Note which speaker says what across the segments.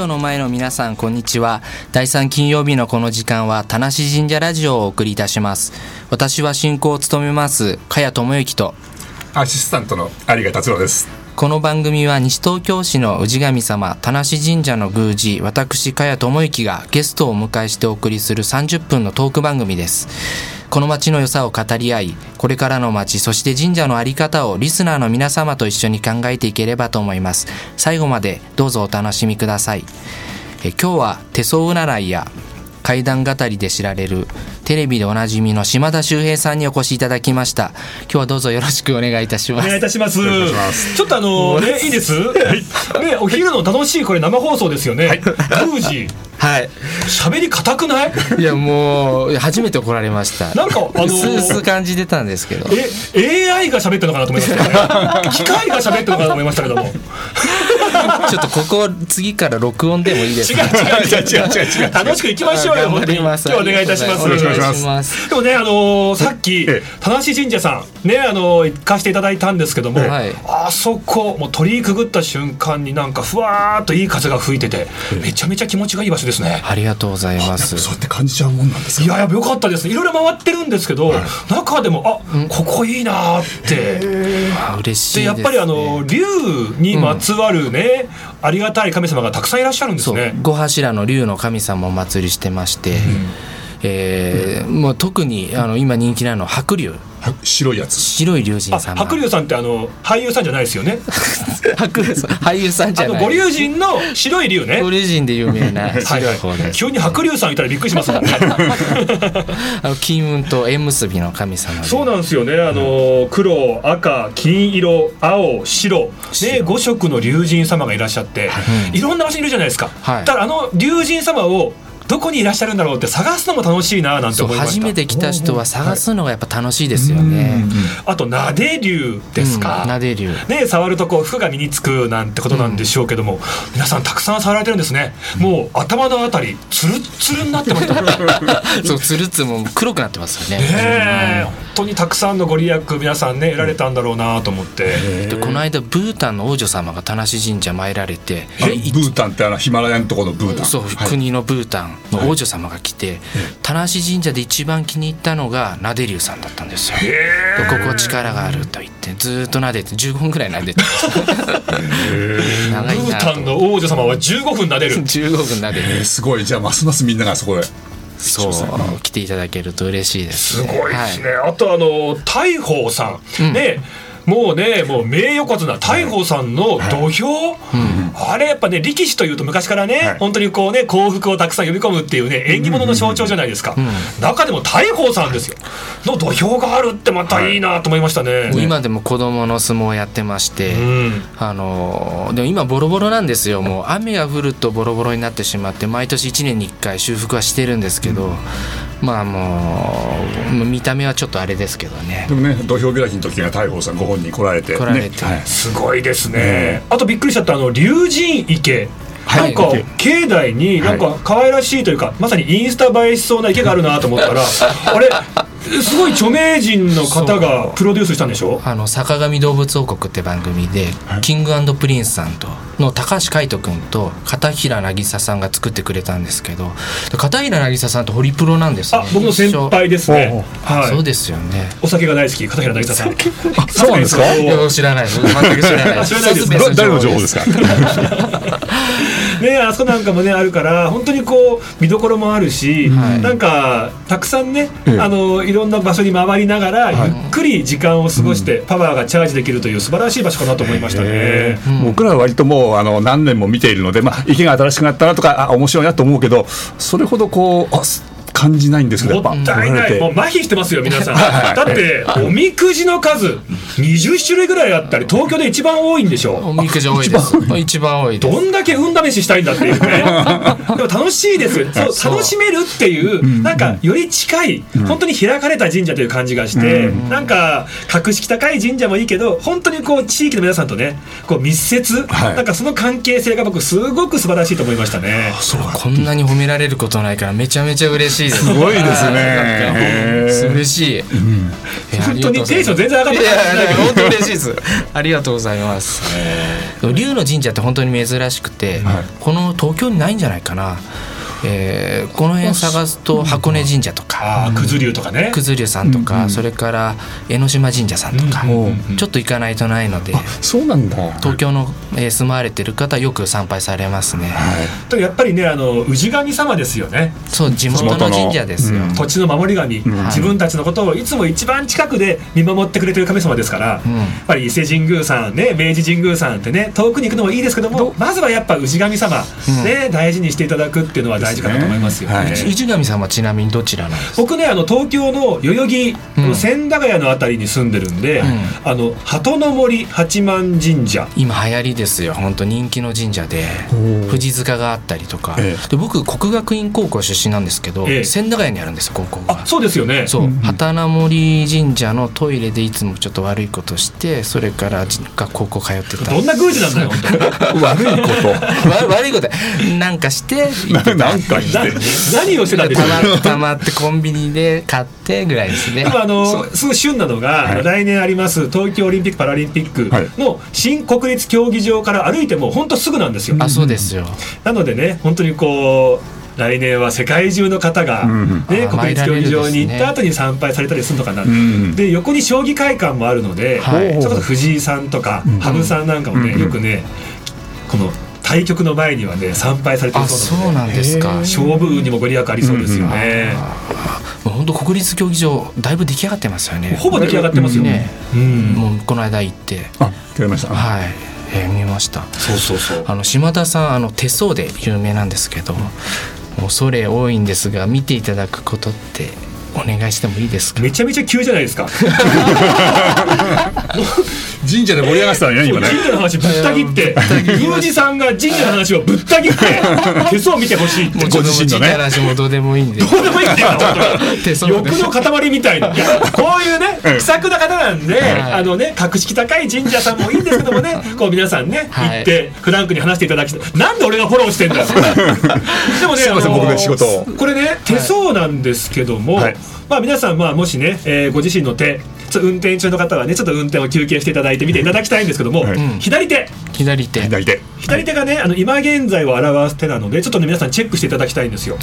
Speaker 1: オの前の皆さんこんにちは第3金曜日のこの時間は田無神社ラジオをお送りいたします私は進行を務めます茅智之と
Speaker 2: アシスタントの有賀達郎です。
Speaker 1: この番組は西東京市の氏神様田無神社の宮司私茅智之がゲストをお迎えしてお送りする30分のトーク番組ですこの街の良さを語り合いこれからの街そして神社の在り方をリスナーの皆様と一緒に考えていければと思います最後までどうぞお楽しみくださいえ今日は手相占いや怪談語りで知られるテレビでおなじみの島田秀平さんにお越しいただきました今日はどうぞよろしくお願いいたし
Speaker 3: お
Speaker 1: ます
Speaker 3: 願いいたします。
Speaker 2: いします
Speaker 3: ちょっとあのね、いいです。ね、お昼の楽しいこれ生放送ですよね。宮司、
Speaker 1: はい
Speaker 3: 喋り硬くない？
Speaker 1: いやもう初めて怒られました。
Speaker 3: なんかあの
Speaker 1: 薄々感じてたんですけど。
Speaker 3: え、AI が喋ったのかなと思いましたね。機械が喋ったのかなと思いましたけども。違う
Speaker 1: ちょっとここ次から録音でもいいですか。
Speaker 3: 違う違う。
Speaker 2: 違う違う違う。
Speaker 3: 楽しく行きましょうよ。
Speaker 1: 頑張
Speaker 3: 本当に
Speaker 1: り
Speaker 3: 今
Speaker 1: ます。
Speaker 3: 日お願いいたします。
Speaker 1: お願い
Speaker 2: よろしくお願いします
Speaker 1: します。
Speaker 3: でもね、あのーさっき、
Speaker 2: ええ
Speaker 3: 田無神社さん、ね、あのー行かせていただいたんですけども、
Speaker 1: ええはい
Speaker 3: あそこ、もう鳥居くぐった瞬間に、なんかふわーっといい風が吹いてて、めちゃめちゃ気持ちがいい場所ですね。
Speaker 1: ありがとうございます。
Speaker 2: そうやって感じちゃうもんなんです
Speaker 3: い
Speaker 2: か。
Speaker 3: やいや、よかったですね、いろいろ回ってるんですけど、中でも、あここいいなーって。
Speaker 1: あ嬉しいです、
Speaker 3: でやっ
Speaker 1: ね。
Speaker 3: ぱりあのー竜にまつわるね、ありがたい神様がたくさんいらっしゃるんです
Speaker 1: そう
Speaker 3: ね。
Speaker 1: 五柱の龍の神様をお祭りしてまして、えーもう特にあの今人気なのは白龍
Speaker 2: は白いやつ。
Speaker 1: 白い龍
Speaker 3: あ
Speaker 1: 神様。
Speaker 3: 白龍さんってあの俳優さんじゃないですよね。
Speaker 1: 白龍さん俳優さんじ
Speaker 3: あ
Speaker 1: ゃ
Speaker 3: の
Speaker 1: ない。
Speaker 3: ご龍神の白い龍ね。
Speaker 1: ご龍神で有名な
Speaker 3: は
Speaker 1: 白
Speaker 3: い
Speaker 1: い方
Speaker 3: は
Speaker 1: です。
Speaker 3: い、急に白龍さんいたらびっくりしますもんね
Speaker 1: あの金運と縁結びの神様で。
Speaker 3: そうなんですよね、あの黒、赤、金色、青、白、ね、
Speaker 1: 白
Speaker 3: 5色の龍神様がいらっしゃって、いろんな場所にいるじゃないですか、
Speaker 1: はい
Speaker 3: だからあの龍神様をどこにいらっしゃるんだろうって探すのも楽しいななんて
Speaker 1: そう
Speaker 3: 思いました
Speaker 1: 初めて来た人は探すのがやっぱ楽しいですよね。
Speaker 3: あと、なで龍ですか。
Speaker 1: うんなで 竜。
Speaker 3: ね、触るとこう服が身につくなんてことなんでしょうけども、皆さんたくさん触られてるんですねもう頭のあたりつるつるになってました
Speaker 1: そうつるつも黒くなってますよね。
Speaker 3: ねえ本当にたくさんのご利益皆さんね得られたんだろうなと思って、
Speaker 1: でこの間ブータンの王女様が田無神社参られて、
Speaker 2: あのブータンってあのヒマラヤのところのブータン。
Speaker 1: そう、
Speaker 2: はい
Speaker 1: 国のブータンの王女様が来て、田無神社で一番気に入ったのがなで竜さんだったんですよ。でここ力があると言ってずーっとなでて15分ぐらいな でてました。長
Speaker 3: ブ
Speaker 1: い
Speaker 3: ー
Speaker 1: な
Speaker 3: タ
Speaker 1: と
Speaker 3: ンの王女様は15分撫でる
Speaker 1: 15分なでて
Speaker 2: えーすごいじゃあますますみんながそこへ。
Speaker 1: そう来ていただけると嬉しいです、
Speaker 3: すごいですね、
Speaker 1: は
Speaker 3: あとあの大鵬さん、ねもうねもう名横綱大鵬さんの土俵、あれやっぱね力士というと昔からね、
Speaker 2: はい
Speaker 3: 本当にこうね幸福をたくさん呼び込むっていうね縁起物の象徴じゃないですか、中でも大鵬さんですよの土俵があるってまたいいなと思いましたね、
Speaker 1: いもう今でも子供の相撲をやってまして、
Speaker 3: うん
Speaker 1: あのーでも今ボロボロなんですよもう雨が降るとボロボロになってしまって毎年1年に1回修復はしてるんですけど、まあもうもう見た目はちょっとあれですけどね
Speaker 2: でもね土俵開きの時が大鵬さんご本人来られて。
Speaker 1: 来られて
Speaker 2: ねはい
Speaker 3: すごいですね。あとびっくりしちゃったあの龍神池。
Speaker 1: は
Speaker 3: ないんか境内になんか可愛らしいというか、まさにインスタ映えしそうな池があるなと思ったらあれすごい著名人の方がプロデュースしたんでしょ
Speaker 1: あの坂上動物王国って番組で、キングプリンスさんとの高橋海人君と片平渚さんが作ってくれたんですけどで片平渚さんとホリプロなんですね
Speaker 3: あ僕の先輩ですね
Speaker 1: 一緒そう
Speaker 3: はい
Speaker 1: ですよね
Speaker 3: お酒が大好き片平渚さん
Speaker 2: そうなんですか
Speaker 3: そう
Speaker 1: いや知らないです全く知らない です
Speaker 3: 知らないです
Speaker 2: だ誰の情報ですか。
Speaker 3: ねあそこなんかもねあるから本当にこう見どころもあるし、なんかたくさんね、
Speaker 2: ええ
Speaker 3: あのいろんな場所に回りながら、ゆっくり時間を過ごして、パワーがチャージできるという素晴らしい場所かなと思いましたね。
Speaker 2: えー僕らは割ともうあの何年も見ているので、まあ、池が新しくなったなとかあ面白いなと思うけどそれほどこうあす感じないんですけど
Speaker 3: も
Speaker 2: やっぱ
Speaker 3: ったい
Speaker 2: 来ら
Speaker 3: な
Speaker 2: れ
Speaker 3: い、
Speaker 2: て
Speaker 3: もう麻痺してますよ、皆さん。
Speaker 2: はい
Speaker 3: だって、おみくじの数、20種類ぐらいあったり、東京で一番多いんでしょ
Speaker 1: おみくじ多いです一番多いです
Speaker 3: どんだけ運試ししたいんだっていうね。でも楽しいですよ。そう、楽しめるっていう、なんか、より近い、本当に開かれた神社という感じがして、なんか、格式高い神社もいいけど、本当にこう、地域の皆さんとね、こう、密接、
Speaker 2: はい
Speaker 3: なんかその関係性が僕、すごく素晴らしいと思いましたね。
Speaker 2: そう
Speaker 1: こんなに褒められることないからめちゃめちゃ嬉ししいです。
Speaker 2: すごいですね
Speaker 1: はいなんか嬉しい。いや
Speaker 3: 本当にテンション全然上がっ
Speaker 1: い
Speaker 3: て
Speaker 1: や
Speaker 3: ない
Speaker 1: いやなんか本当嬉しいです。ありがとうございます。龍の神社って本当に珍しくて、この東京にないんじゃないかな。えーこの辺探すと箱根神社とか。
Speaker 3: ああ、くず流とかね。
Speaker 1: 九頭龍さんとか、それから江ノ島神社さんとか、
Speaker 3: うん
Speaker 1: ちょっと行かないとないので
Speaker 2: そうなんだ。
Speaker 1: 東京の、えー住まわれてる方はよく参拝されますね、
Speaker 3: とやっぱりね、あの氏神様ですよね。
Speaker 1: そう地元の神社ですよ、
Speaker 2: 地元のうん
Speaker 3: 土地の守り神、
Speaker 2: ん
Speaker 3: 自分たちのことをいつも一番近くで見守ってくれてる神様ですから、
Speaker 1: ん
Speaker 3: やっぱり伊勢神宮さんね明治神宮さんってね遠くに行くのもいいですけどもまずはやっぱ氏神様、
Speaker 1: うん
Speaker 3: ね大事にしていただくっていうのは大事かなと思いますよ、
Speaker 2: ですね
Speaker 3: ね
Speaker 2: は
Speaker 1: 宇治神さんはちなみにどちらなんですか
Speaker 3: 僕ねあの東京の代々木、
Speaker 1: うん
Speaker 3: この千駄ヶ谷のあたりに住んでるんで、
Speaker 1: うん
Speaker 3: あの鳩の森八幡神社
Speaker 1: 今流行りですよ本当人気の神社で
Speaker 2: おお
Speaker 1: 富士塚があったりとか、
Speaker 2: え
Speaker 1: で僕国学院高校出身なんですけど、
Speaker 3: ええ
Speaker 1: 千駄ヶ谷にあるんですよ高校
Speaker 3: あ
Speaker 1: が。
Speaker 3: そうですよね
Speaker 1: そう、旗名森神社のトイレでいつもちょっと悪いことしてそれからじ学校通ってた
Speaker 3: どんな宮司なんだよ 本当に
Speaker 2: 悪いこ
Speaker 1: わ 悪いことなんかして行ってた
Speaker 2: と。なんかして。
Speaker 3: な何をしてたんでしょう
Speaker 1: たま たまってコンビニで買ってぐらいですね
Speaker 3: でもあのすごい旬なのが、あの来年あります東京オリンピック・パラリンピック
Speaker 2: はい
Speaker 3: の新国立競技場から歩いてもうほんとすぐなんですよ。
Speaker 1: あそうですよ
Speaker 3: なのでね本当にこう来年は世界中の方が、
Speaker 2: うん
Speaker 3: ね、
Speaker 1: あ
Speaker 3: 国立競技場に行っ
Speaker 1: 参られるですね
Speaker 3: た後に参拝されたりするのかな、
Speaker 2: ん
Speaker 3: で横に将棋会館もあるので、
Speaker 1: はい
Speaker 3: それこそ藤井さんとか羽生さんなんかもね、
Speaker 2: うん
Speaker 3: よくねこの対局の前にはね参拝されてる
Speaker 1: あ
Speaker 3: そう
Speaker 1: そう
Speaker 3: な
Speaker 1: なん
Speaker 3: ので
Speaker 1: ですか
Speaker 3: 勝負運にもご利益ありそうですよね、
Speaker 1: もう本当国立競技場だいぶ出来上がってますよね
Speaker 3: ほぼ出来上がってますよ、
Speaker 1: ね
Speaker 3: うん
Speaker 1: もうこの間行って
Speaker 2: あ、聞こえました。
Speaker 1: はい、えー見ました
Speaker 3: そうそうそう
Speaker 1: あの島田さんあの手相で有名なんですけど恐れ多いんですが見ていただくことってお願いしてもいいですか
Speaker 3: めちゃめちゃ急じゃないですか。
Speaker 2: 神社で盛り上がってたのよね、今
Speaker 3: 神
Speaker 2: ね。
Speaker 3: 社の話ぶった切って、宮司さんが神社の話をぶった切って、手相見てほしいって。
Speaker 1: もう
Speaker 2: ご自身
Speaker 1: ちょっと
Speaker 2: のね
Speaker 1: もう小さい話もどうでもいいんで
Speaker 3: どうでもいいんだよ本
Speaker 1: 手
Speaker 3: 当に
Speaker 1: 相
Speaker 3: 欲
Speaker 1: で
Speaker 3: の塊みたいな。いやこういうね、気さくな方なん
Speaker 1: は
Speaker 3: で、
Speaker 1: い
Speaker 3: あのね、格式高い神社さんもいいんですけどもね、こう皆さんね、
Speaker 1: はい
Speaker 3: 行って、フランクに話していただきたい。なんで俺がフォローしてんだよ。でもね、
Speaker 2: すいません
Speaker 3: あのー
Speaker 2: 僕の仕事を
Speaker 3: これね、手相なんですけども、
Speaker 2: はい
Speaker 3: まあ皆さん、まあもしね、えーご自身の手、ちょっと運転中の方はね、ちょっと運転を休憩していただいて見ていただきたいんですけども、
Speaker 2: はい
Speaker 1: ん
Speaker 3: 左手。
Speaker 1: 左手
Speaker 2: 左手。
Speaker 3: 左手がね、あの今現在を表す手なのでちょっとね皆さんチェックしていただきたいんですよ、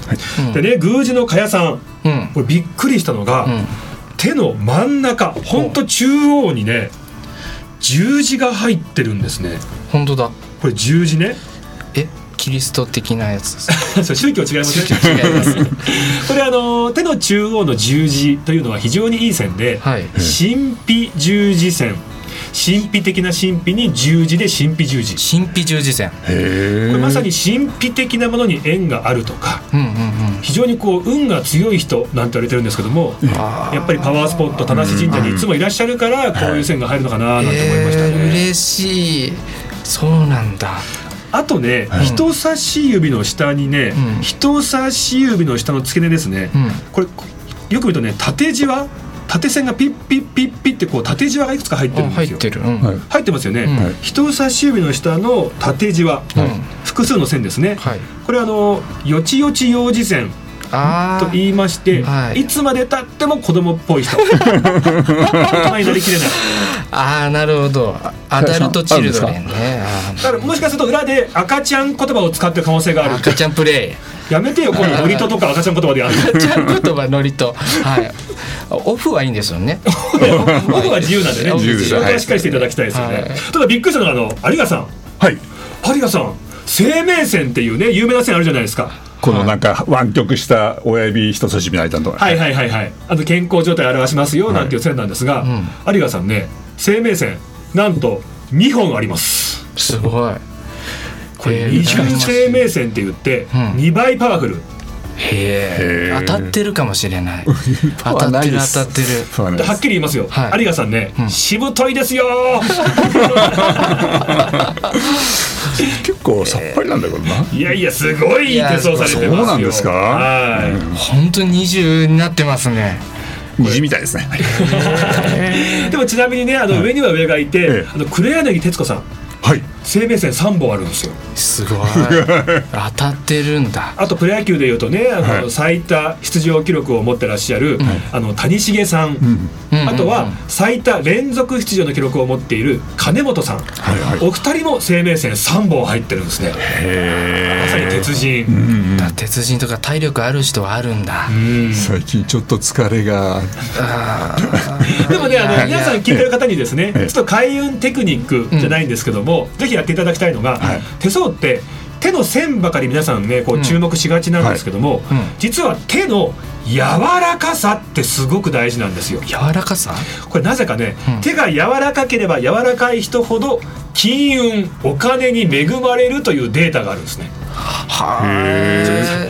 Speaker 3: でね宮司の加谷さん
Speaker 1: うん
Speaker 3: これびっくりしたのが、
Speaker 1: うん
Speaker 3: 手の真ん中ほんと中央にね十字が入ってるんですね
Speaker 1: 本当だ
Speaker 3: これ十字ね
Speaker 1: えキリスト的なやつです
Speaker 3: そう宗教違いますね
Speaker 1: 違います
Speaker 3: これあの手の中央の十字というのは非常にいい線で、
Speaker 1: はい
Speaker 3: 神秘十字線神秘的な神秘に十字で神秘十字
Speaker 1: 神秘十字線
Speaker 2: へ
Speaker 3: こ
Speaker 2: え。
Speaker 3: れまさに神秘的なものに縁があるとか
Speaker 1: うんうんうん
Speaker 3: 非常にこう運が強い人なんて言われてるんですけども
Speaker 1: あ
Speaker 3: やっぱりパワースポット田無神社にいつもいらっしゃるからこういう線が入るのかななん
Speaker 1: ー
Speaker 3: て思いました
Speaker 1: えー
Speaker 3: ね、
Speaker 1: 嬉しいそうなんだ
Speaker 3: あとね、人差し指の下にね、
Speaker 1: うん
Speaker 3: 人差し指の下の付け根ですね、
Speaker 1: うん
Speaker 3: これよく見るとね縦じわ縦線がピッピッピッピッってこう縦じわがいくつか入ってる
Speaker 1: あ
Speaker 3: んで
Speaker 1: 入
Speaker 3: す
Speaker 1: っ
Speaker 3: よ
Speaker 1: てるうん
Speaker 2: はい
Speaker 3: 入ってますよね、
Speaker 1: うん
Speaker 2: はい
Speaker 3: 人差し指の下の縦じわ、
Speaker 1: うん
Speaker 3: 複数の線ですね、
Speaker 1: はい
Speaker 3: これあのよちよち幼児線
Speaker 1: あ
Speaker 3: と
Speaker 1: あ
Speaker 3: 言いまして、
Speaker 1: はい
Speaker 3: い、つまでたっても子供っぽい人 大人になりきれない
Speaker 1: あーなるほどアダルトチルドレンねあ
Speaker 3: だからもしかすると裏で赤ちゃん言葉を使ってる可能性が
Speaker 1: ー
Speaker 3: ある
Speaker 1: 赤ちゃんプレイ
Speaker 3: やめてよこのノリトとか赤ちゃん言葉でや る
Speaker 1: 赤ちゃん言葉ノリとはいオフはいいんですよね
Speaker 3: 僕は自由なんでね
Speaker 1: 自
Speaker 2: 由です
Speaker 3: 仕事はしっかりしていただきたいですよね、
Speaker 1: はい
Speaker 3: ただびっくりしたのがあの有賀さん
Speaker 2: はい。
Speaker 3: 有賀さん生命線っていうね有名な線あるじゃないですか
Speaker 2: このなんか湾曲した親指人差し指の間のところ。
Speaker 3: はいはいはいはいあの健康状態を表しますよなんていう線なんですが、有賀さんね生命線なんと2本あります
Speaker 1: すごい
Speaker 3: これ
Speaker 1: えー
Speaker 3: 二重生命線って言って
Speaker 1: うん
Speaker 3: 2倍パワフル、
Speaker 1: へえ
Speaker 2: へー
Speaker 1: 当たってるかもしれない当
Speaker 2: は
Speaker 1: たっ
Speaker 2: な
Speaker 1: て
Speaker 2: い
Speaker 1: る
Speaker 2: で
Speaker 1: 当
Speaker 2: す
Speaker 1: たってる
Speaker 2: そうなん
Speaker 3: で
Speaker 2: で
Speaker 3: はっ
Speaker 2: す。
Speaker 3: きり言いますよ、
Speaker 1: はい
Speaker 3: 有賀さんね、しぶといですよ
Speaker 2: 結構さっぱりなんだけどな。
Speaker 3: いやいやすごい手相されてますよ
Speaker 2: そうなんですか
Speaker 3: はい、
Speaker 1: 本当に20になってますね
Speaker 2: 虹みたいですね。
Speaker 3: でもちなみにねあの上には上がいて、
Speaker 2: ええ
Speaker 3: あの黒柳徹子さん
Speaker 2: はい。
Speaker 3: 生命線3本あるんですよ
Speaker 1: すごい当たってるんだ
Speaker 3: あとプロ野球でいうとねあの、
Speaker 2: はい
Speaker 3: 最多出場記録を持ってらっしゃる、あの谷繁さん、
Speaker 1: うん
Speaker 3: あと
Speaker 1: う
Speaker 3: は
Speaker 1: んうん
Speaker 3: 最多連続出場の記録を持っている金本さ
Speaker 2: い
Speaker 3: ん、
Speaker 2: はい
Speaker 3: お二人も生命線3本入ってるんですねまさに鉄人、
Speaker 2: うん
Speaker 1: だ鉄人とか体力ある人はあるんだ、
Speaker 3: うん
Speaker 2: 最近ちょっと疲れが
Speaker 1: あ
Speaker 3: でもねあ
Speaker 1: い
Speaker 3: の
Speaker 1: やいや
Speaker 3: 皆さん聞いてる方にですねちょ
Speaker 2: え
Speaker 3: っと開運テクニックじゃないんですけども、ぜひやっていただきたいのが、
Speaker 2: はい
Speaker 3: 手相って手の線ばかり皆さんねこう注目しがちなんですけども、
Speaker 1: いうん
Speaker 3: 実は手の柔らかさってすごく大事なんですよ。
Speaker 1: 柔らかさ
Speaker 3: これなぜかね、
Speaker 1: うん
Speaker 3: 手が柔らかければ柔らかい人ほど金運お金に恵まれるというデータがあるんですね
Speaker 1: は
Speaker 2: へ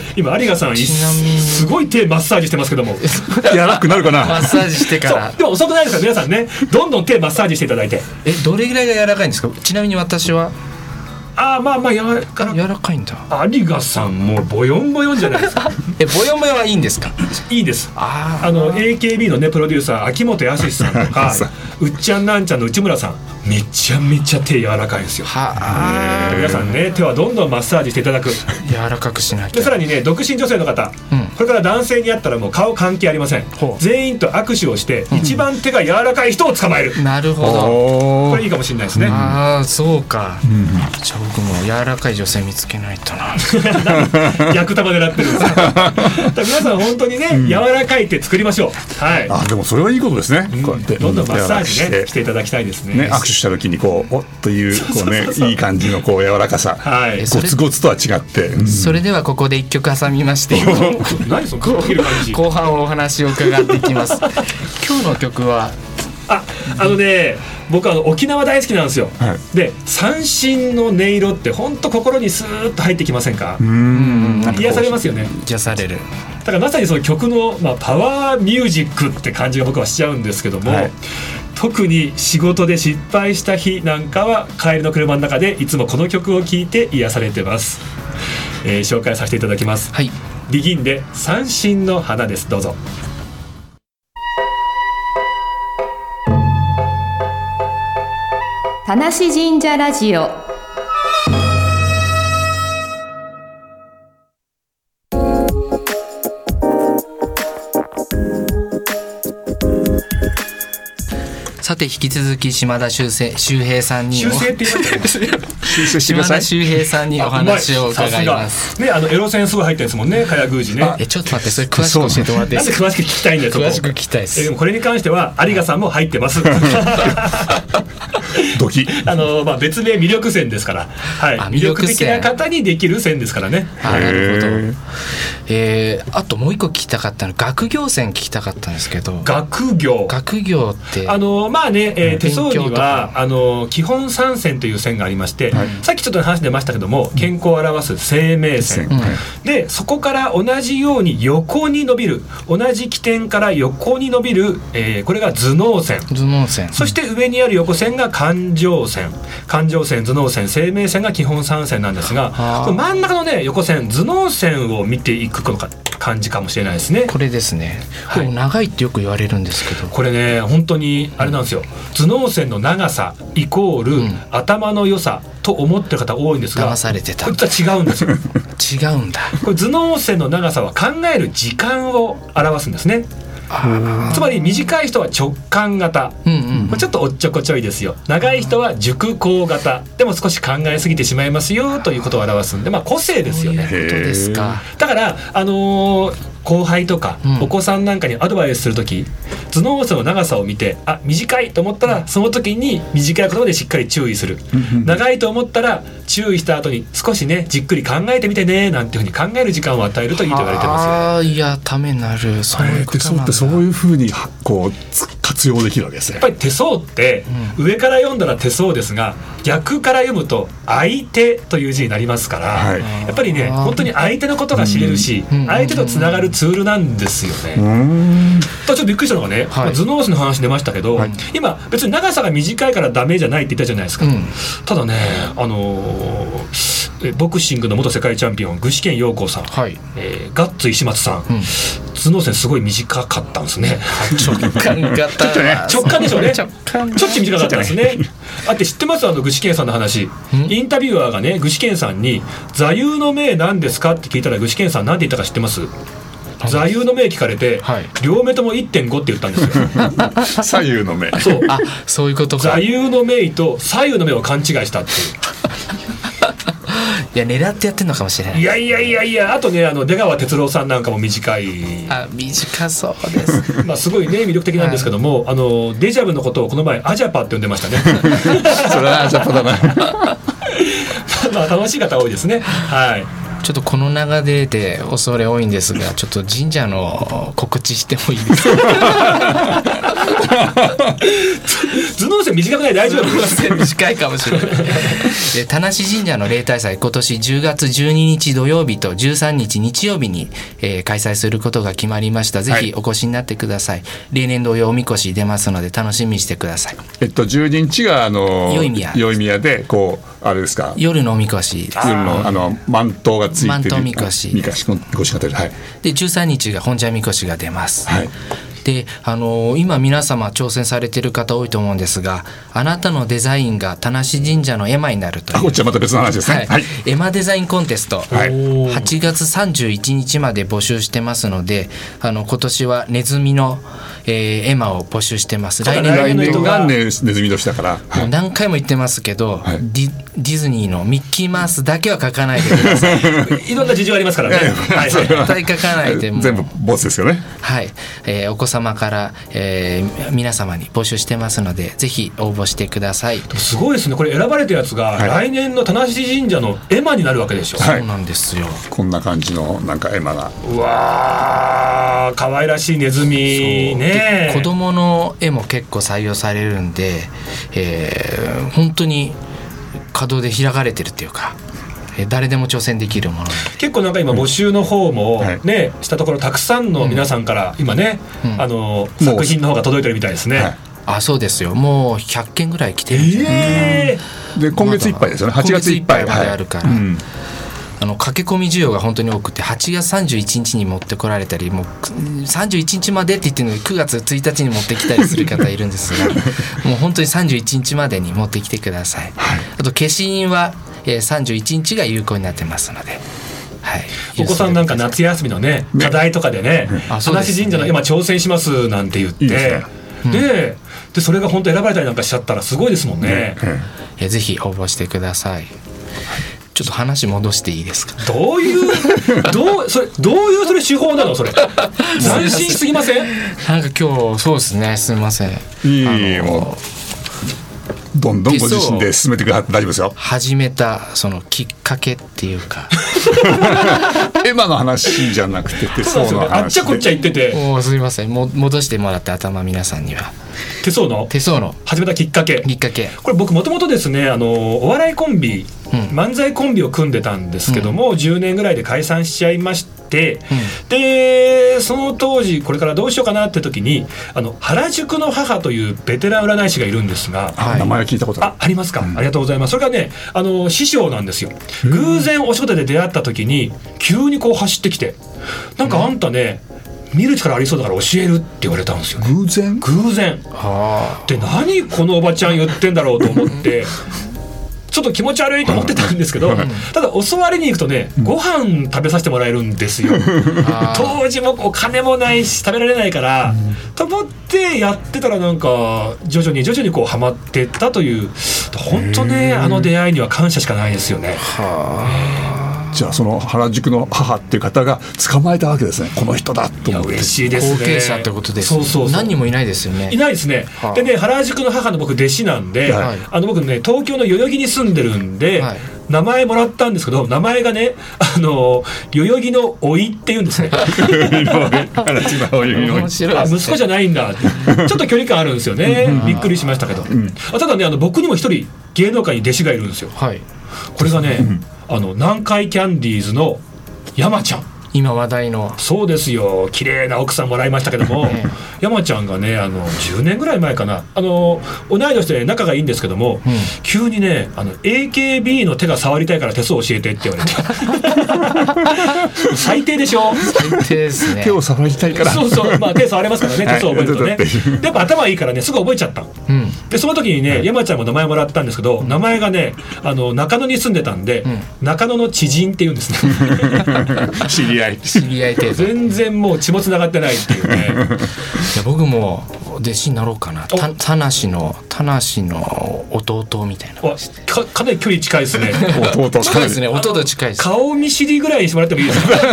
Speaker 1: ー
Speaker 3: 今有賀さんい
Speaker 1: ちなみに
Speaker 3: すごい手マッサージしてますけども
Speaker 2: やらくなる か
Speaker 1: マッ
Speaker 2: な
Speaker 1: サージしてか
Speaker 3: そ
Speaker 1: ら
Speaker 3: うでも遅くないですから皆さんねどんどん手マッサージしていただいて
Speaker 1: えどれぐらいが柔らかいんですかちなみに私は
Speaker 3: ああまあまあ柔らか
Speaker 1: 柔らかいんだ
Speaker 3: 有賀さんもうボヨンボヨンじゃないで すか
Speaker 1: えボヨボヨはいいんですか
Speaker 3: いいです
Speaker 1: あ
Speaker 3: あの AKB のねプロデューサー秋元康さん とかうっちゃんなんちゃんの内村さんめちゃめちゃ手柔らかいんですよ
Speaker 1: はあ
Speaker 3: 皆さんね手はどんどんマッサージしていただく
Speaker 1: 柔らかくしなき
Speaker 3: で
Speaker 1: ゃ
Speaker 3: さらにね独身女性の方、
Speaker 1: うん
Speaker 3: これから男性に会ったらもう顔関係ありません
Speaker 1: ほう
Speaker 3: 全員と握手をして、一番手が柔らかい人を捕まえる、
Speaker 1: なるほど
Speaker 2: お
Speaker 3: これい
Speaker 2: ー
Speaker 3: いかもしれないですね、
Speaker 1: ああそうか、じゃあ僕も柔らかい女性見つけないとな
Speaker 3: 逆玉狙ってるんですよだから皆さん本当にね、柔らかい手作りましょうはい
Speaker 2: あでもそれはいいことですねこうやって
Speaker 3: どんどんマッサージ
Speaker 2: やら
Speaker 3: ね
Speaker 2: くし
Speaker 3: してていただきたいですね
Speaker 2: ね握手した時にこうおっというこうねいい感じのこう柔らかさ
Speaker 3: はい
Speaker 1: そ
Speaker 2: ゴ
Speaker 1: れ
Speaker 2: ツゴツとは違ってうん
Speaker 1: それではここで一曲挟みまして後
Speaker 3: 何その黒切る感じ
Speaker 1: 後半お話を伺ってきます 今日の曲は
Speaker 3: ああのね僕あの沖縄大好きなんですよ、
Speaker 2: は
Speaker 3: で三振の音色って本当心にスーッと入ってきませんか、
Speaker 1: うんなんか
Speaker 3: 癒されますよね
Speaker 1: 癒される
Speaker 3: だからまさにその曲の、まあ、パワーミュージックって感じが僕はしちゃうんですけども、
Speaker 2: はい
Speaker 3: 特に仕事で失敗した日なんかは帰りの車の中でいつもこの曲を聴いて癒されてます、えー紹介させていただきます
Speaker 1: はい
Speaker 3: ビギンで三振の花ですどうぞ
Speaker 4: 田無神社ラジオ
Speaker 1: さて引き続き島田修正修平さんに
Speaker 3: 修正って言いましたね
Speaker 2: 修正して
Speaker 1: 島
Speaker 2: くださ
Speaker 1: 田
Speaker 2: い
Speaker 1: 修平さんにお話を伺います
Speaker 3: さすがねあのエロ線すごい入ってるんですもんねかや宮司ね
Speaker 1: えちょっと待ってそれ詳しく教えてもらっていい
Speaker 3: なん
Speaker 1: で
Speaker 3: です詳しく聞きたいんだよそ
Speaker 1: か
Speaker 3: こ
Speaker 1: 詳しく聞きたいで
Speaker 3: えですもこれに関しては有賀さんも入ってます
Speaker 2: ドキ
Speaker 3: あの、まあ、別名魅力線ですから、はい、
Speaker 1: あ
Speaker 3: 魅力的
Speaker 1: 魅
Speaker 3: な
Speaker 1: 力線
Speaker 3: 方にできる線ですからね
Speaker 1: あなる
Speaker 2: へ
Speaker 1: ほどえー、あともう一個聞きたかったの学業線聞きたかったんですけど
Speaker 3: 学業
Speaker 1: 学業って
Speaker 3: あのまあね、えー手相に
Speaker 1: 勉強とか
Speaker 3: はあの基本三線という線がありまして、さっきちょっと話出ましたけども健康を表す生命線、
Speaker 2: うん
Speaker 3: でそこから同じように横に伸びる同じ起点から横に伸びる、えーこれが頭脳線
Speaker 1: 頭脳線
Speaker 3: そして上にある横線が環状線環状線頭脳線生命線が基本3線なんですが
Speaker 1: あー
Speaker 3: この真ん中のね横線頭脳線を見ていくこのか感じかもしれないですね。
Speaker 1: これですね、
Speaker 3: はい
Speaker 1: これ長いってよく言われるんですけど
Speaker 3: これね本当にあれなんですよ頭脳線の長さイコール、
Speaker 1: ん
Speaker 3: 頭の良さと思ってる方多いんですが
Speaker 1: 騙されてた
Speaker 3: これ実は違うんです よ
Speaker 1: 違うんだ
Speaker 3: これ頭脳線の長さは考える時間を表すんですね
Speaker 1: あー
Speaker 3: つまり短い人は直感型
Speaker 1: うんうん
Speaker 3: まあちょっとおっちょこちょいですよ長い人は熟考型でも少し考えすぎてしまいますよということを表すんでまあ個性ですよね
Speaker 1: そういうことですか
Speaker 3: だから、あのー後輩とか
Speaker 1: うん
Speaker 3: お子さんなんかにアドバイスする時、頭脳線の長さを見てあ短いと思ったらその時に短い言葉でしっかり注意する長いと思ったら注意した後に少しねじっくり考えてみてねなんていうふうに考える時間を与えるといいと言われてますよね。
Speaker 1: ああいやためになるそういうこ
Speaker 2: 手
Speaker 1: と
Speaker 2: 相
Speaker 1: な
Speaker 2: っ
Speaker 1: んだ
Speaker 2: てそういうふうにはこうつ活用できるわけですね
Speaker 3: やっぱり手相って、上から読んだら手相ですが逆から読むと相手という字になりますから、
Speaker 2: はい
Speaker 3: やっぱりね
Speaker 1: あー
Speaker 3: 本当に相手のことが知れるし、
Speaker 1: うん
Speaker 3: 相手とつながるツールなんですよね。とちょっとびっくりしたのがね、
Speaker 1: はい
Speaker 3: まあ頭脳線の話出ましたけど、今別に長さが短いからダメじゃないって言ったじゃないですか、
Speaker 1: うん
Speaker 3: ただねあのーえボクシングの元世界チャンピオン具志堅陽子さん、
Speaker 1: はい
Speaker 3: えーガッツ石松さん、
Speaker 1: ん
Speaker 3: 初納線すごい短かったんですね。
Speaker 1: 直感型 は
Speaker 2: ちょっとね
Speaker 3: 直感でしょうね。ち ょ
Speaker 1: 直感
Speaker 3: っと短かったですね。あって知ってますあの具志堅さんの話。インタビュアーがね具志堅さんに座右の銘なんですかって聞いたら具志堅さん何て言ったか知ってます。座右の銘聞かれて、
Speaker 1: はい
Speaker 3: 両目とも1.5って言ったんです
Speaker 2: 左
Speaker 3: よ。
Speaker 2: 右の目
Speaker 3: そう。
Speaker 1: あそういうこと
Speaker 3: 座
Speaker 1: かい
Speaker 3: 右の銘と左右の銘を勘違いしたっていう。
Speaker 1: や狙ってやってんのかもしれないい
Speaker 3: やいやいやいや、あとね、あの出川哲朗さんなんかも短 い。
Speaker 1: あ短そうです
Speaker 3: まあ、すごいね、魅力的なんですけども、あのデジャブのことをこの前アジャパって呼んでましたね。
Speaker 2: それはジャパだな
Speaker 3: まあ、楽しい方多いですね。はい。
Speaker 1: ちょっとこの流れで恐れ多いんですがちょっと神社の告知してもいいですか
Speaker 3: 頭脳線短くない、大丈夫。
Speaker 1: 短いかもしれない。で田無神社の例大祭今年10月12日土曜日と13日日曜日に、えー開催することが決まりました。ぜひお越しになってください。例年同様おみこし出ますので楽しみにしてください。
Speaker 2: えっと12日があの
Speaker 1: 宵宮
Speaker 2: 宵宮でこうあれですか
Speaker 1: 夜のおみこし。
Speaker 2: 夜のあの満刀がついてる
Speaker 1: 満刀みこし
Speaker 2: あみこしみこしが出るはい
Speaker 1: で13日が本社みこしが出ます。
Speaker 2: はい
Speaker 1: であのー今皆様挑戦されてる方多いと思うんですがあなたのデザインが田無神社の絵馬になるという
Speaker 2: あこっちはまた別の話です
Speaker 1: は
Speaker 2: ね
Speaker 1: い、
Speaker 2: はい
Speaker 1: エマデザインコンテスト、
Speaker 2: はい
Speaker 1: 8月31日まで募集してますのであの今年はネズミの、えーエマを募集してます来年
Speaker 3: は
Speaker 2: 来
Speaker 3: い
Speaker 2: 年がねネズミ年だから
Speaker 1: もう何回も言ってますけど、
Speaker 2: い
Speaker 1: ディディズニーのミッキーマウスだけは書かないでください
Speaker 3: いろんな事情ありますからね。はいはい。
Speaker 1: 絶対書かないでも
Speaker 2: 全部ボスですよね
Speaker 1: はい、えーお子様から、えー皆様に募集してますのでぜひ応募してください、
Speaker 3: すごいですね。これ選ばれたやつが、
Speaker 2: い
Speaker 3: 来年の田無神社の絵馬になるわけでしょ。
Speaker 2: はい
Speaker 1: そうなんですよ
Speaker 2: こんな感じのなんか絵馬が
Speaker 3: うわあ、可愛らしいネズミね。
Speaker 1: 子供の絵も結構採用されるんで、えー本当に可動で開かれてるっていうか、えー誰でも挑戦できるもので
Speaker 3: 結構なんか今募集の方も
Speaker 2: はい
Speaker 3: ね、したところたくさんの皆さんから今ね、あの
Speaker 2: う
Speaker 3: 作品の方が届いてるみたいですね。
Speaker 2: は
Speaker 1: あそうですよもう100件ぐらい来てるんじゃない
Speaker 3: ええ
Speaker 2: いで今月いっぱいですよね
Speaker 1: まだ
Speaker 2: 8月いっぱい
Speaker 1: 今月いっぱいまであるから
Speaker 2: はいうん
Speaker 1: あの駆け込み需要が本当に多くて8月31日に持ってこられたりもうく31日までって言ってるのに9月1日に持ってきたりする方いるんです がもう本当に31日までに持ってきてください、あと消印は、えー、31日が有効になってますので、はい、
Speaker 3: お子さんなんか夏休みのね課題とかでね「
Speaker 1: あ
Speaker 3: 話
Speaker 1: そうですね
Speaker 3: 神社の今挑戦します」なんて言って
Speaker 2: いいです
Speaker 3: ででそれが本当選ばれたりなんかしちゃったらすごいですもんね。
Speaker 1: いやぜひ応募してくださいちょっと話戻していいですか
Speaker 3: どう いうどうそれどういうそれ手法なのそれ斬新すぎません
Speaker 1: なんか今日そうですねすみません
Speaker 2: いいいいもうどんどんご自身で進めてくださって大丈夫 ですよ
Speaker 1: 始めたそのきっかけっていう か
Speaker 2: 絵馬の話じゃなくて手
Speaker 3: そ
Speaker 2: 相
Speaker 3: うなんです
Speaker 2: の
Speaker 3: よねあっ
Speaker 2: 話
Speaker 3: ちゃこっちゃ言ってて
Speaker 1: もうすみませんも戻してもらって頭皆さんには
Speaker 3: 手相の
Speaker 1: 手相の
Speaker 3: 始めたきっかけ。
Speaker 1: きっかけ
Speaker 3: これ僕もともとですねあのお笑いコンビ、
Speaker 1: うん
Speaker 3: 漫才コンビを組んでたんですけども、10年ぐらいで解散しちゃいまして、でその当時これからどうしようかなって時にあの原宿の母というベテラン占い師がいるんですが。
Speaker 2: あ
Speaker 1: はい
Speaker 2: 名前は聞いたことあ
Speaker 3: あ
Speaker 2: る
Speaker 3: ありますか、ありがとうございますそれがねあの師匠なんですよ偶然お仕事で出会った時に急にこう走ってきて「なんかあんたね、見る力ありそうだから教える」って言われたんですよね
Speaker 2: 偶然
Speaker 3: 偶然
Speaker 1: あ
Speaker 3: で何このおばちゃん言ってんだろうと思 ってちょっと気持ち悪いと思ってたんですけどただ教わりに行くとねご飯食べさせてもらえるんですよ当時もお金もないし食べられないからと思ってやってたらなんか徐々に徐々にこうハマってったという本当ねあの出会いには感謝しかないですよね
Speaker 2: じゃあその原宿の母っていう方が捕まえたわけですねこの人だと
Speaker 3: いや
Speaker 2: 思って
Speaker 3: 嬉しいですね
Speaker 1: 後継者ってことです、
Speaker 3: そうそうそう
Speaker 1: 何人もいないですよね
Speaker 3: いないですね
Speaker 1: はあ。
Speaker 3: でね原宿の母の僕弟子なんで、
Speaker 2: はい
Speaker 3: あの僕ね東京の代々木に住んでるんで、
Speaker 1: はい
Speaker 3: 名前もらったんですけど名前がねあの代々木の老いっていうんで すね。
Speaker 2: 原宿の指の
Speaker 1: 面白い
Speaker 3: あ
Speaker 1: ですね
Speaker 3: 息子じゃないんだってちょっと距離感あるんですよねびっくりしましたけど、あただねあの僕にも一人芸能界に弟子がいるんですよ
Speaker 1: はい
Speaker 3: これがねあの南海キャンディーズの山ちゃん
Speaker 1: 今話題の
Speaker 3: そうですよ綺麗な奥さんもらいましたけども
Speaker 1: ええ
Speaker 3: 山ちゃんがねあの10年ぐらい前かなあの同い年で仲がいいんですけども、急にねあの AKB の手が触りたいから手相教えてって言わ れて最低でしょ
Speaker 1: 決定です ね
Speaker 2: 手を触りたいから
Speaker 3: そうそうまあ手触れますからね手相覚えると
Speaker 2: は
Speaker 3: ね
Speaker 2: い手相っていう
Speaker 3: でやっぱ頭いいからねすぐ覚えちゃったの
Speaker 1: うん
Speaker 3: でその時にね、山ちゃんも名前もらったんですけど、名前がねあの中野に住んでたんで、中野の知人っていうんですね
Speaker 2: 知り合い
Speaker 1: 知り合い程度い
Speaker 3: 全然もう血もつながってないっていうね
Speaker 1: や僕も弟子になろうかなた田無の田無の弟みたいな
Speaker 3: わかかなり距離近いですね
Speaker 2: 弟と
Speaker 1: そうですね弟近いです
Speaker 3: 顔見知りぐらいにしてもらってもいいですか
Speaker 1: 田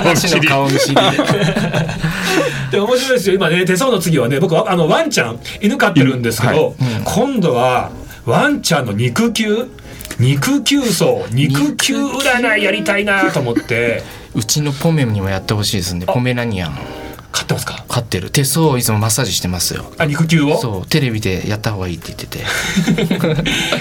Speaker 1: 無の顔見知り
Speaker 3: で面白いですよ今ね手相の次はね僕はあのワンちゃん犬飼ってるんですけど、今度はワンちゃんの肉球肉球層肉球占いやりたいなと思って
Speaker 1: うちのポメにもやってほしいですねポメラニアン
Speaker 3: 飼ってますか
Speaker 1: 飼ってる手相をいつもマッサージしてますよ
Speaker 3: あ肉球を
Speaker 1: そうテレビでやった方がいいって言ってて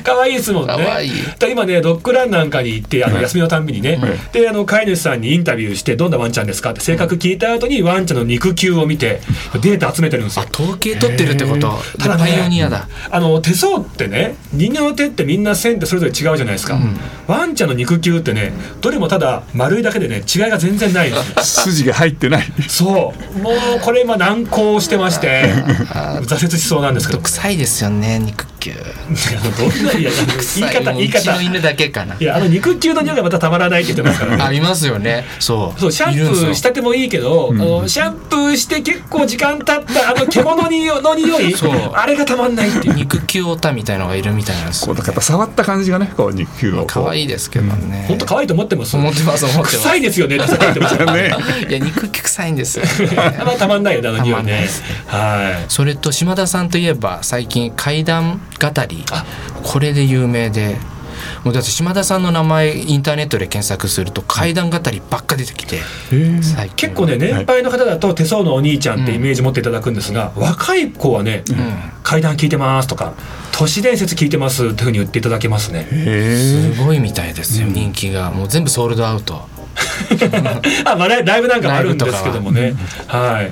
Speaker 3: 可愛いですもんね。
Speaker 1: 可愛い
Speaker 3: で今ねドッグランなんかに行ってあの休みのたんびにね、であの飼い主さんにインタビューしてどんなワンちゃんですかって性格聞いた後にワンちゃんの肉球を見てデータ集めてるんですよ
Speaker 1: あ。統計取ってるってこと
Speaker 3: ただね
Speaker 1: パイオニアだ
Speaker 3: あの手相ってね人間の手ってみんな線ってそれぞれ違うじゃないですか、ワンちゃんの肉球ってねどれもただ丸いだけでね違いが全 然ないの
Speaker 2: 筋が入ってない
Speaker 3: そうもうこれ今難航して まして挫折しそうなんですけど
Speaker 1: 臭いですよね肉 球
Speaker 3: どんないや 言い方言い
Speaker 1: 臭もううちの
Speaker 3: 方
Speaker 1: 犬だけかない
Speaker 3: やあの肉球の匂いがまたたまらないって言ってますからね
Speaker 1: ありますよねそう
Speaker 3: そうシャンプーしたたてもいいけど、あのシャンプーして結構時間経ったあの獣にの匂い
Speaker 1: そう
Speaker 3: あれがたまんないっていう
Speaker 1: 肉球オタみたいのがいるみたいなんです
Speaker 2: こ
Speaker 1: よ
Speaker 2: うだから触った感じがねこう肉球を
Speaker 1: 可愛
Speaker 2: い
Speaker 1: いですけどね
Speaker 3: 本当可愛いと思ってます
Speaker 1: 思ってます思ってます
Speaker 3: 臭いですよねって言ってましたね
Speaker 2: ね
Speaker 1: いや肉球臭いんですよ
Speaker 3: あ んまたまんないよねあの匂い
Speaker 1: たまんない
Speaker 3: ね
Speaker 1: です
Speaker 3: はい
Speaker 1: それと島田さんといえば最近怪談語り
Speaker 3: あ
Speaker 1: これで有名でもうだって島田さんの名前インターネットで検索すると怪談語りばっか出てきて最近
Speaker 3: 結構ね年配の方だと手相のお兄ちゃんってイメージ持っていただくんですが、若い子はね、階段聞いてますとか都市伝説聞いてますっていうふうに言っていただけますね
Speaker 2: へえ
Speaker 1: すごいみたいですよ人気がもう全部ソールドアウト
Speaker 3: あ、まあ、ライライブなんかもあるんですけどもねはい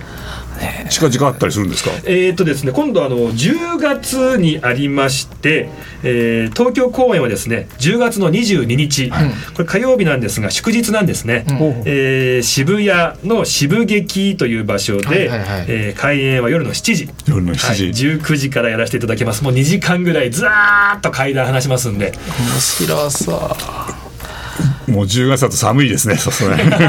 Speaker 2: 近々あったりするんですか
Speaker 3: えーっとですね、今度あの10月にありまして、えー東京公演はですね10月の22日、これ火曜日なんですが祝日なんですね、
Speaker 2: ん
Speaker 3: えー渋谷の渋劇という場所で、
Speaker 1: はいはいはい
Speaker 3: えー開演は夜の7時
Speaker 2: 夜の7時、
Speaker 3: はい、19時からやらせていただきますもう2時間ぐらいずーっと階段話しますんで
Speaker 1: 面白そう
Speaker 2: もう10月だと寒いですねそうです ね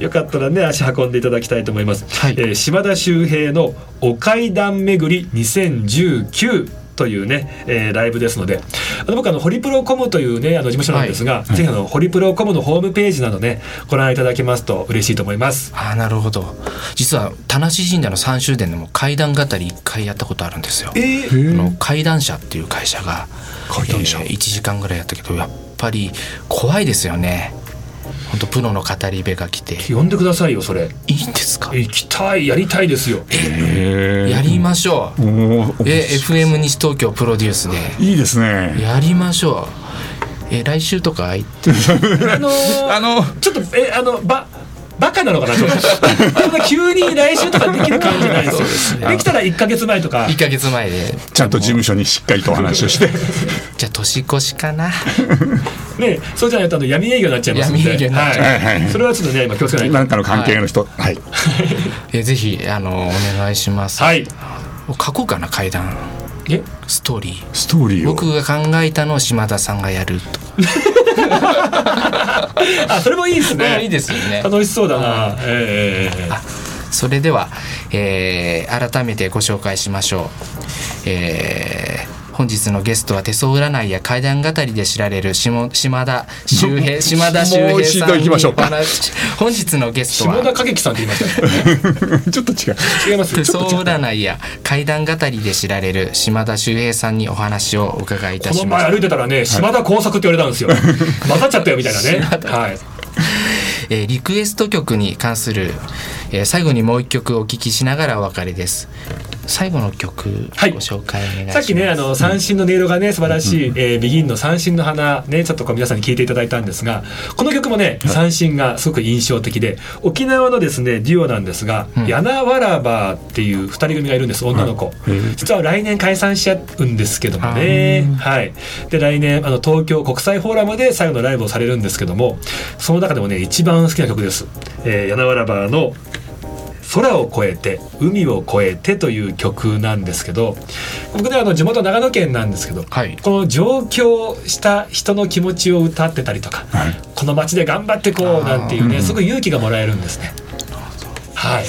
Speaker 3: よかったらね足運んでいただきたいと思います、
Speaker 1: はい
Speaker 3: えー島田秀平の「お階段巡り2019」というね、えーライブですのであの僕あのホリプロコムというねあの事務所なんですが、ぜひあのホリプロコムのホームページなどねご覧いただけますと嬉しいと思います
Speaker 1: ああなるほど実は田無神社の3周年でも怪談語り1回やったことあるんですよ
Speaker 3: えー、
Speaker 1: あの怪談社っていう会社が
Speaker 2: 怪談社
Speaker 1: えー1時間ぐらいやったけどやっぱり怖いですよね本当プロの語り部が来て
Speaker 3: 呼んでくださいよそれ
Speaker 1: いいんですか
Speaker 3: 行きたいやりたいですよ
Speaker 2: へ
Speaker 1: やりましょう
Speaker 2: もう
Speaker 1: え FM 西東京プロデュースで
Speaker 2: いいですね
Speaker 1: やりましょうえ来週とか空いて
Speaker 3: あのー
Speaker 2: あの
Speaker 3: ちょっとえあのばバカなのかなちょっとそんな急に来週とかできる感じじゃないですよできたら1か月前とか
Speaker 1: 1ヶ月前で
Speaker 2: ちゃんと事務所にしっかりとお話をして
Speaker 1: じゃあ年越しかな
Speaker 3: ね、そうじゃないとあの闇営業になっちゃいますんで、
Speaker 1: 闇営業になっち
Speaker 2: ゃう
Speaker 3: はい
Speaker 2: はいはい
Speaker 3: それはちょっとね、今気をつけないと。
Speaker 2: なんかの関係の人はい、
Speaker 1: えぜひあのお願いします、
Speaker 3: はい。
Speaker 1: 書こうかな怪談
Speaker 3: え、
Speaker 1: ストーリー
Speaker 2: ストーリーを
Speaker 1: 僕が考えたのを島田さんがやるとか
Speaker 3: あ、それもいいです
Speaker 1: これ
Speaker 3: ね。
Speaker 1: いいですよね
Speaker 3: 楽しそうだな。ええええええ
Speaker 1: それでは、えー改めてご紹介しましょう、えー本日のゲストは手相占いや怪談語りで知られる下島田周 平島田周
Speaker 2: もう
Speaker 1: 平
Speaker 2: 一
Speaker 1: さ
Speaker 2: 度
Speaker 1: ん
Speaker 2: 行
Speaker 1: に
Speaker 2: きましょう
Speaker 1: お話し本日のゲスト
Speaker 3: 下
Speaker 1: は
Speaker 3: 田景樹さんって言いましたね。
Speaker 2: ちょっと違う
Speaker 3: 違います
Speaker 1: 手
Speaker 3: よ。ちょ
Speaker 1: 相占いや怪談語りで知られる島田周平さんにお話をお伺いいた
Speaker 3: この
Speaker 1: しま
Speaker 3: 前
Speaker 1: し
Speaker 3: 歩いてたらね、島田耕作って言われたん ですよ。混ざっちゃったよみたいなね。はい。
Speaker 1: えーリクエスト曲に関する、えー最後にもう一曲お聴きしながらお別れです最後の曲ご
Speaker 3: はい
Speaker 1: 紹介お願いします、
Speaker 3: さっきねあの三振の音色がね素晴らしい、えー、ビギンの三振の花ねちょっとこう皆さんに聞いていただいたんですがこの曲もね三振がすごく印象的で沖縄のですねデュオなんですが、
Speaker 1: うん
Speaker 3: ヤナワラバーっていう二人組がいるんです女の子、実は来年解散しちゃうんですけどもねはいで来年あの東京国際フォーラムで最後のライブをされるんですけどもその中でもね一番好きな曲です、えー、ヤナワラバーの空を越えて海を越えてという曲なんですけど僕ねあの地元長野県なんですけど、
Speaker 1: はい
Speaker 3: この上京した人の気持ちを歌ってたりとか、
Speaker 2: はい
Speaker 3: この街で頑張ってこうなんていうねすごい勇気がもらえるんですね。はい、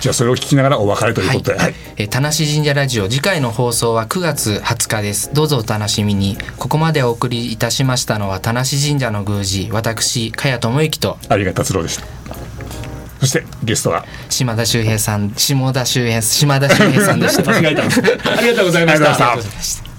Speaker 2: じゃあそれを聞きながらお別れということで、はい
Speaker 1: えー、田無神社ラジオ次回の放送は9月20日ですどうぞお楽しみにここまでお送りいたしましたのは田無神社の宮司私茅智之と
Speaker 2: 有賀達郎でしたそしてゲストは
Speaker 1: 島田秀平さん下田秀平島田秀平さんでした
Speaker 3: 間違えた。ありがとうございまし
Speaker 2: あ りがとうございました
Speaker 3: た。
Speaker 1: でした